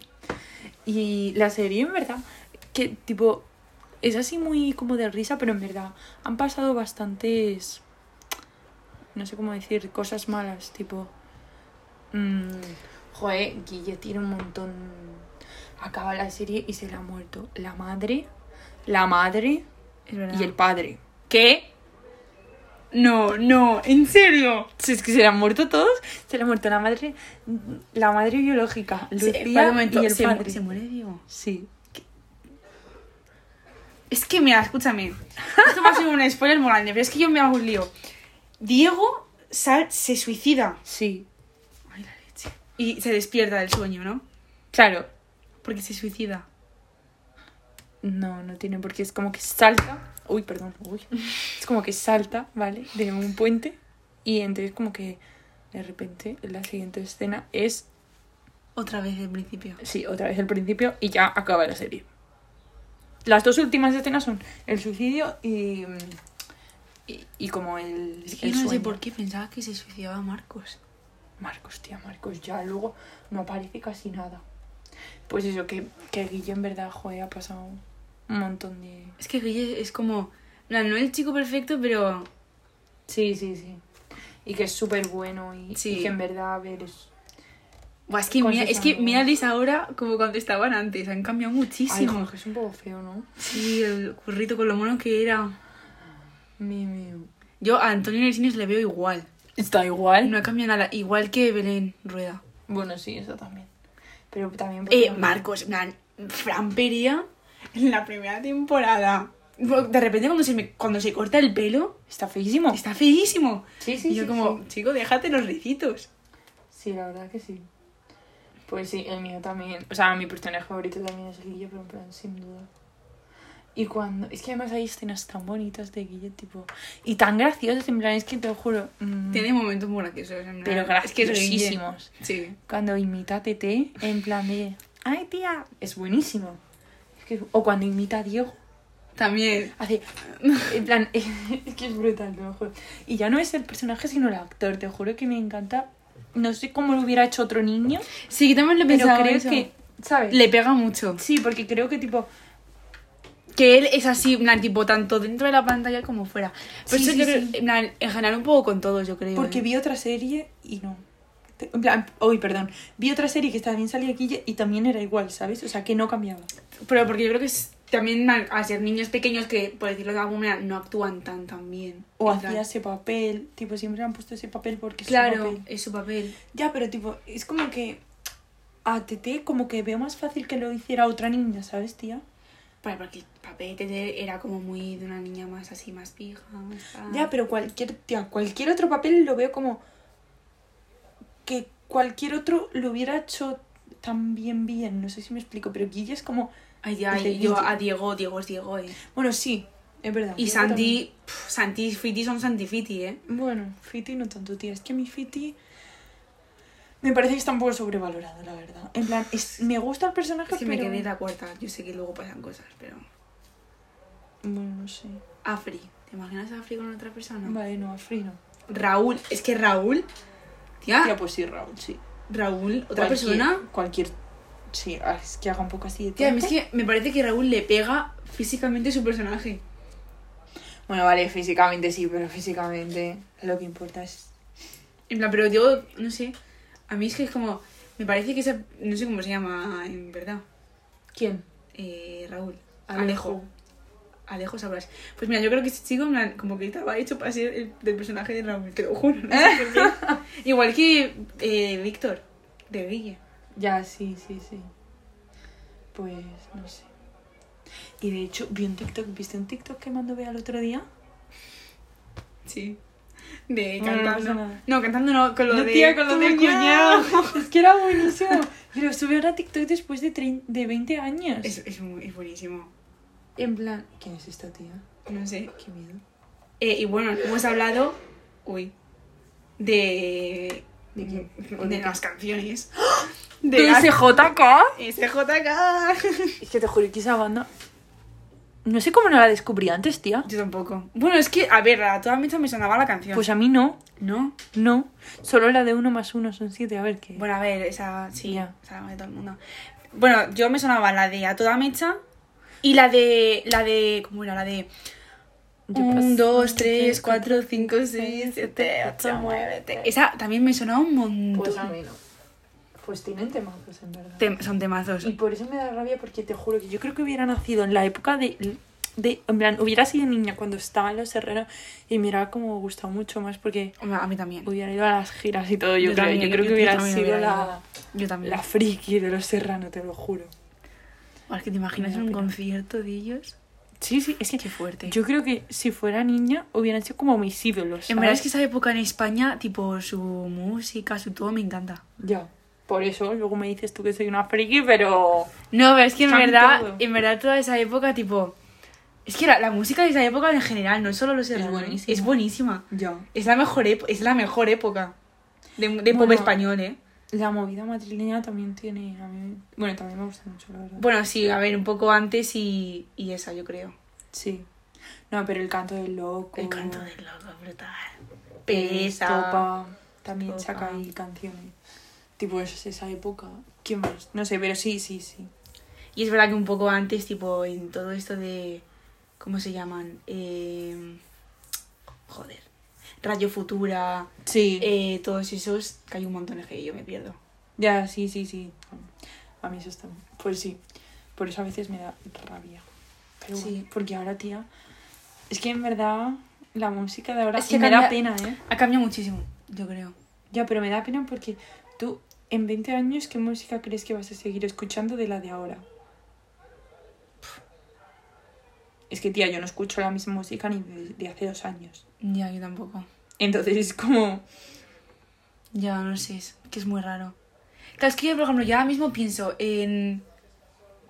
Speaker 1: Y la serie, en verdad, que tipo, es así muy como de risa, pero en verdad, han pasado bastantes, no sé cómo decir, cosas malas, tipo... mm, joder, Guille tiene un montón... Acaba la serie y se le ha muerto la madre, la madre
Speaker 2: Es verdad.
Speaker 1: y el padre.
Speaker 2: ¿Qué? No, no, en serio.
Speaker 1: Si es que se le han muerto todos, se le ha muerto la madre, la madre biológica, Lucía
Speaker 2: Espera un momento,
Speaker 1: y el
Speaker 2: se,
Speaker 1: padre.
Speaker 2: se muere Diego.
Speaker 1: Sí.
Speaker 2: Es que, mira, escúchame. Esto va a ser un spoiler muy grande, pero es que yo me hago un lío. Diego sal- se suicida.
Speaker 1: Sí.
Speaker 2: Ay, la leche. Y se despierta del sueño, ¿no?
Speaker 1: Claro,
Speaker 2: Porque se suicida.
Speaker 1: No, no tiene porque es como que salta. Uy, perdón, uy. Es como que salta, ¿vale? De un puente. Y entonces como que de repente la siguiente escena es,
Speaker 2: Otra vez del principio.
Speaker 1: sí, otra vez el principio y ya acaba la serie. Las dos últimas escenas son el suicidio y... Y, y como el...
Speaker 2: Es que
Speaker 1: el
Speaker 2: yo no sé
Speaker 1: sueño.
Speaker 2: por qué pensaba que se suicidaba Marcos.
Speaker 1: Marcos, tía, Marcos, ya luego no aparece casi nada. Pues eso, que, que Guille en verdad, joder, ha pasado un montón de...
Speaker 2: Es que Guille es como. en plan, No el chico perfecto, pero.
Speaker 1: Sí, sí, sí. Y que es súper bueno y,
Speaker 2: Sí.
Speaker 1: y que en verdad, a ver, es...
Speaker 2: Buah, es que,
Speaker 1: Con
Speaker 2: mira,
Speaker 1: sus
Speaker 2: es que
Speaker 1: amigos.
Speaker 2: mírales ahora como cuando estaban antes. Han cambiado
Speaker 1: Ay,
Speaker 2: muchísimo.
Speaker 1: Jorge, es un poco feo, ¿no?
Speaker 2: sí, el currito con lo mono que era.
Speaker 1: Mío, mío.
Speaker 2: Yo a Antonio Resines le veo igual.
Speaker 1: Está igual.
Speaker 2: No ha cambiado nada. Igual que Belén Rueda.
Speaker 1: Bueno, sí, eso también. Pero también... porque-
Speaker 2: Eh, Marcos, en plan, Fran Perea en la primera temporada. De repente cuando se, me, cuando se corta el pelo,
Speaker 1: Está feísimo.
Speaker 2: está feísimo.
Speaker 1: Sí, sí,
Speaker 2: Y yo
Speaker 1: sí,
Speaker 2: como,
Speaker 1: sí.
Speaker 2: chico, déjate los ricitos.
Speaker 1: Sí, la verdad que sí. Pues sí, el mío también. O sea, mi personaje favorito también es Guille, pero en plan, sin duda. Y cuando. Es que además hay escenas tan bonitas de Guille, tipo. Y tan graciosas, en plan, es que te lo juro. mm,
Speaker 2: Tiene momentos muy graciosos. en plan,
Speaker 1: pero
Speaker 2: es que es Guille.
Speaker 1: graciosísimos.
Speaker 2: Sí.
Speaker 1: Cuando imita a Tete, en plan de. ¡Ay, tía! Es buenísimo. Es que- o cuando imita a Diego,
Speaker 2: También.
Speaker 1: hace. En plan, es que es brutal, te lo juro. Y ya no es el personaje, sino el actor. Te juro que me encanta. No sé cómo lo hubiera hecho otro niño.
Speaker 2: Sí, que también lo he
Speaker 1: Pero
Speaker 2: pensado
Speaker 1: creo
Speaker 2: eso.
Speaker 1: que, ¿sabes?
Speaker 2: le pega mucho.
Speaker 1: Sí, porque creo que tipo...
Speaker 2: Que él es así, en plan, tipo, tanto dentro de la pantalla como fuera. Pero
Speaker 1: Sí,
Speaker 2: eso
Speaker 1: sí,
Speaker 2: yo creo-
Speaker 1: sí.
Speaker 2: en plan, en general un poco con todos, yo creo.
Speaker 1: Porque
Speaker 2: ¿eh?
Speaker 1: vi otra serie y no... Te- En plan, uy, perdón. Vi otra serie que también salía aquí y también era igual, ¿sabes? O sea, que no cambiaba.
Speaker 2: Pero porque yo creo que es también al al ser niños pequeños que, por decirlo de alguna manera, no actúan tan tan bien.
Speaker 1: O
Speaker 2: En
Speaker 1: hacía
Speaker 2: plan,
Speaker 1: ese papel, tipo, siempre han puesto ese papel porque es su
Speaker 2: Claro,
Speaker 1: papel.
Speaker 2: es su papel.
Speaker 1: Ya, pero tipo, es como que... A Tete como que veo más fácil que lo hiciera otra niña, ¿sabes, tía?
Speaker 2: Para, porque el papel de Tete era como muy de una niña más así, más pija. más tal.
Speaker 1: Ya, pero cualquier, tía, cualquier otro papel lo veo como... Que cualquier otro lo hubiera hecho tan bien, bien. No sé si me explico, pero Guille es como...
Speaker 2: Ay, ya,
Speaker 1: Dice,
Speaker 2: y yo
Speaker 1: "Guille".
Speaker 2: a Diego, Diego es Diego, eh.
Speaker 1: Bueno, sí, es verdad.
Speaker 2: Y
Speaker 1: Yo
Speaker 2: Santi, pf, Santi y Fiti son Santi y Fiti, eh.
Speaker 1: también. Bueno, Fiti no tanto, tía. Es que mi Fiti. Me parece que está un poco sobrevalorado, la verdad. En plan, es- me gusta el personaje,
Speaker 2: Es que me
Speaker 1: pero.
Speaker 2: quedé en la cuarta. Yo sé que luego pasan cosas, pero.
Speaker 1: Bueno, no sé.
Speaker 2: Afri. ¿Te imaginas a Afri con otra persona?
Speaker 1: Vale, no, Afri no.
Speaker 2: Raúl. Es que Raúl. Tía,
Speaker 1: Tía, pues sí, Raúl, sí.
Speaker 2: Raúl, otra
Speaker 1: Cualquier-
Speaker 2: persona.
Speaker 1: Cualquier. Sí, ah, es que haga un poco así de
Speaker 2: Tía, a mí es
Speaker 1: tiempo.
Speaker 2: que me parece que Raúl le pega físicamente su personaje.
Speaker 1: Bueno, vale, físicamente sí, pero físicamente lo que importa es.
Speaker 2: En plan, pero yo, no sé. A mí es que es como. Me parece que esa. No sé cómo se llama, en verdad.
Speaker 1: ¿Quién?
Speaker 2: Eh, Raúl.
Speaker 1: Alejo.
Speaker 2: Alejo. Alejo sabrás. Pues mira, yo creo que ese chico, en plan, como que estaba hecho para ser el del personaje de Raúl, te lo juro. no sé por qué. Igual que eh, Víctor, de Guille.
Speaker 1: Ya, sí, sí, sí. Pues no sé. Y de hecho, vi un TikTok, ¿viste un TikTok que mandó Bea el otro día?
Speaker 2: Sí. De
Speaker 1: Bueno, no pasa
Speaker 2: cantando. No,
Speaker 1: nada.
Speaker 2: cantando no, con lo
Speaker 1: No,
Speaker 2: de.
Speaker 1: tía, con lo
Speaker 2: tu
Speaker 1: de cuñado. Es que era buenísimo. Pero subí ahora TikTok después de, trein- de 20 años.
Speaker 2: Es, es, muy- es buenísimo.
Speaker 1: En plan, ¿quién es esta tía?
Speaker 2: No sé.
Speaker 1: Qué miedo.
Speaker 2: Eh, y bueno, hemos hablado. Uy. De.
Speaker 1: ¿De qué?
Speaker 2: De, las canciones.
Speaker 1: ese JK?
Speaker 2: SJK.
Speaker 1: Es que te juro que esa banda. No sé cómo no la descubrí antes, tía.
Speaker 2: Yo tampoco. Bueno, es que, a ver, a toda mecha me sonaba la canción.
Speaker 1: Pues a mí no,
Speaker 2: no.
Speaker 1: no. Solo la de 1 más 1 son 7. A ver qué.
Speaker 2: Bueno, a ver, esa sí,
Speaker 1: Ya.
Speaker 2: esa la conoce todo el mundo. Bueno, yo me sonaba la de A toda mecha y la de. la de. ¿Cómo era? La de.
Speaker 1: Yo
Speaker 2: 1,
Speaker 1: paso-
Speaker 2: 2, 3, 4, 5, 6, 7, 8, 9. Esa también me sonaba un montón.
Speaker 1: Pues a mí no. Pues tienen temazos, en verdad.
Speaker 2: Tem- son temazos.
Speaker 1: Y por eso me da rabia porque te juro que yo creo que hubiera nacido en la época de... de en plan, hubiera sido niña cuando estaba en los herreros y me hubiera como gustado mucho más porque
Speaker 2: Hombre, A mí también.
Speaker 1: hubiera ido a las giras y todo. Yo, creo,
Speaker 2: también,
Speaker 1: yo creo que
Speaker 2: yo
Speaker 1: hubiera
Speaker 2: también
Speaker 1: sido
Speaker 2: hubiera
Speaker 1: la,
Speaker 2: ido. Yo también.
Speaker 1: la friki de los serranos, te lo juro.
Speaker 2: O es que te imaginas
Speaker 1: Me da
Speaker 2: un
Speaker 1: pena.
Speaker 2: concierto de ellos.
Speaker 1: Sí, sí, es que
Speaker 2: Qué fuerte.
Speaker 1: yo creo que si fuera niña hubieran sido como mis ídolos.
Speaker 2: en verdad
Speaker 1: ¿sabes?
Speaker 2: es que esa época en España, tipo su música, su todo, me encanta.
Speaker 1: Ya, por eso luego me dices tú que soy una friki, pero...
Speaker 2: No, pero es que en
Speaker 1: Chan
Speaker 2: verdad,
Speaker 1: todo.
Speaker 2: en verdad toda esa época, tipo... Es que la, la música de esa época en general, no solo los hermanos,
Speaker 1: buenísima.
Speaker 2: es buenísima.
Speaker 1: Ya.
Speaker 2: Es la mejor, ep- es la mejor época de, de pop
Speaker 1: Bueno.
Speaker 2: español, ¿eh?
Speaker 1: La movida madrileña también tiene... A mí... Bueno, también me gusta mucho, la verdad.
Speaker 2: Bueno, sí, a ver, un poco antes y, y esa, yo creo.
Speaker 1: Sí. No, pero el canto del loco.
Speaker 2: El canto del loco, brutal.
Speaker 1: Pesa.
Speaker 2: Pesa.
Speaker 1: También
Speaker 2: Total.
Speaker 1: saca ahí canciones. Tipo, es esa época. ¿Quién más? No sé, pero sí, sí, sí.
Speaker 2: Y es verdad que un poco antes, tipo, en todo esto de. ¿Cómo se llaman? Eh, joder. Radio Futura.
Speaker 1: Sí.
Speaker 2: eh, todos esos. Que hay un montón de que yo me pierdo.
Speaker 1: Ya, sí, sí, sí. A mí eso está. Pues sí. Por eso a veces me da rabia. Pero
Speaker 2: Sí.
Speaker 1: bueno, porque ahora, tía. Es que en verdad la música de ahora.
Speaker 2: Es que
Speaker 1: y me da
Speaker 2: cambia-
Speaker 1: pena, ¿eh?
Speaker 2: Ha cambiado muchísimo, yo creo.
Speaker 1: Ya, pero me da pena porque tú, en 20 años, ¿qué música crees que vas a seguir escuchando de la de ahora? Es que, tía, yo no escucho la misma música ni de, de hace dos años.
Speaker 2: Ya, yo tampoco.
Speaker 1: Entonces es como.
Speaker 2: Ya, no sé, es que es muy raro. Claro, es que yo, por ejemplo, yo ahora mismo pienso en.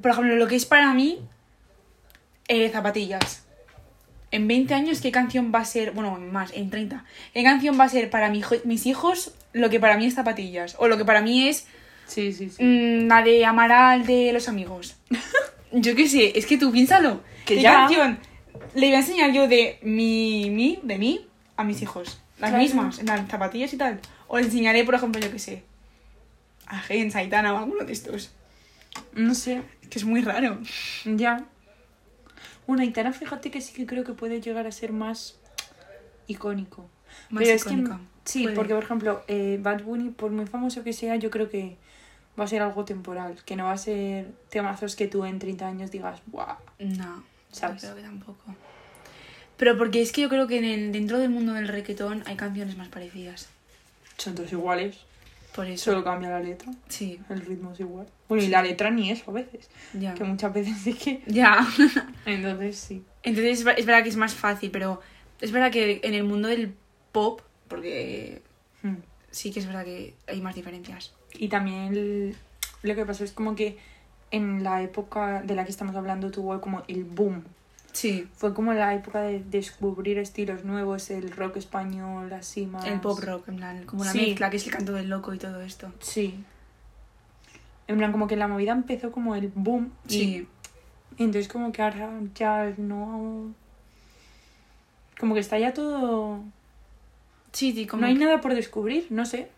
Speaker 2: Por ejemplo, lo que es para mí. eh, zapatillas. En 20 años, ¿qué canción va a ser? Bueno, más, en 30. ¿Qué canción va a ser para mi hijo- mis hijos lo que para mí es zapatillas? O lo que para mí es
Speaker 1: Sí, sí, sí.
Speaker 2: mm, la de Amaral de los amigos. yo qué sé, es que tú piénsalo.
Speaker 1: Que
Speaker 2: ¿Qué
Speaker 1: ya.
Speaker 2: canción le voy a enseñar yo de mi, mi, de mí, a mis hijos? Las
Speaker 1: Claro.
Speaker 2: mismas, en plan, zapatillas y tal. O le enseñaré, por ejemplo, yo qué sé, a Gen, Saitana o alguno de estos.
Speaker 1: No sé.
Speaker 2: Que es muy raro.
Speaker 1: Ya. Bueno, Aitana, fíjate que sí que creo que puede llegar a ser más icónico.
Speaker 2: Más
Speaker 1: Pero
Speaker 2: icónico.
Speaker 1: Es que, sí,
Speaker 2: Puede.
Speaker 1: porque por ejemplo, eh, Bad Bunny, por muy famoso que sea, yo creo que va a ser algo temporal, que no va a ser temazos que tú en 30 años digas, ¡guau!
Speaker 2: No,
Speaker 1: ¿Sabes?
Speaker 2: yo creo que tampoco. Pero porque es que yo creo que en el- dentro del mundo del reggaetón hay canciones más parecidas.
Speaker 1: Son todos iguales,
Speaker 2: Por eso.
Speaker 1: solo cambia la letra,
Speaker 2: Sí,
Speaker 1: el ritmo es igual. Bueno, y la letra ni eso a veces,
Speaker 2: ya.
Speaker 1: que muchas veces es que...
Speaker 2: Ya.
Speaker 1: Entonces sí.
Speaker 2: Ah. Entonces es ver- es verdad que es más fácil, pero es verdad que en el mundo del pop, porque
Speaker 1: Mm.
Speaker 2: sí que es verdad que hay más diferencias.
Speaker 1: Y también el- lo que pasó es como que en la época de la que estamos hablando tuvo como el boom
Speaker 2: Sí.
Speaker 1: Fue como la época de descubrir estilos nuevos, el rock español, así más.
Speaker 2: El pop rock, en plan, como la
Speaker 1: Sí.
Speaker 2: mezcla, que es el canto del loco y todo esto.
Speaker 1: Sí. En plan, como que la movida empezó como el boom. y-
Speaker 2: Sí.
Speaker 1: Y, entonces, como que ahora ya no. Como que está ya todo.
Speaker 2: Sí, sí, como...
Speaker 1: No hay nada por descubrir, no sé.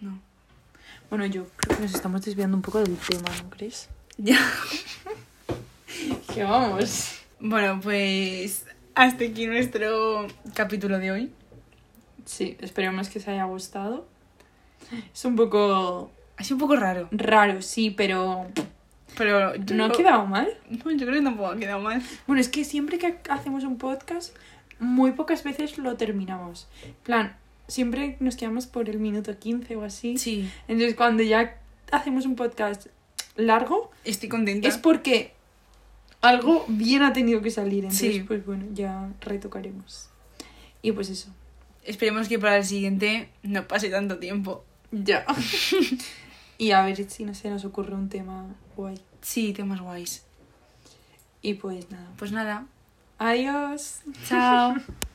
Speaker 2: No.
Speaker 1: Bueno, yo creo que nos estamos desviando un poco del tema, ¿no crees?
Speaker 2: Ya.
Speaker 1: Que vamos.
Speaker 2: Bueno, pues hasta aquí nuestro capítulo de hoy.
Speaker 1: Sí, esperemos que os haya gustado. Es un poco
Speaker 2: Ha sido un poco raro,
Speaker 1: raro, sí, pero
Speaker 2: pero... yo
Speaker 1: no ha
Speaker 2: creo-
Speaker 1: quedado mal.
Speaker 2: No, yo creo que tampoco ha quedado mal.
Speaker 1: Bueno, es que siempre que hacemos un podcast, muy pocas veces lo terminamos. En plan, siempre nos quedamos por el minuto 15 o así.
Speaker 2: Sí.
Speaker 1: Entonces, cuando ya hacemos un podcast largo,
Speaker 2: Estoy contenta.
Speaker 1: es porque algo bien ha tenido que salir. Entonces,
Speaker 2: Sí.
Speaker 1: pues bueno, ya retocaremos. Y pues eso.
Speaker 2: Esperemos que para el siguiente no pase tanto tiempo.
Speaker 1: Ya. y a ver si no se nos ocurre un tema guay.
Speaker 2: Sí, temas guays.
Speaker 1: Y pues nada.
Speaker 2: Pues nada,
Speaker 1: Adiós.
Speaker 2: chao.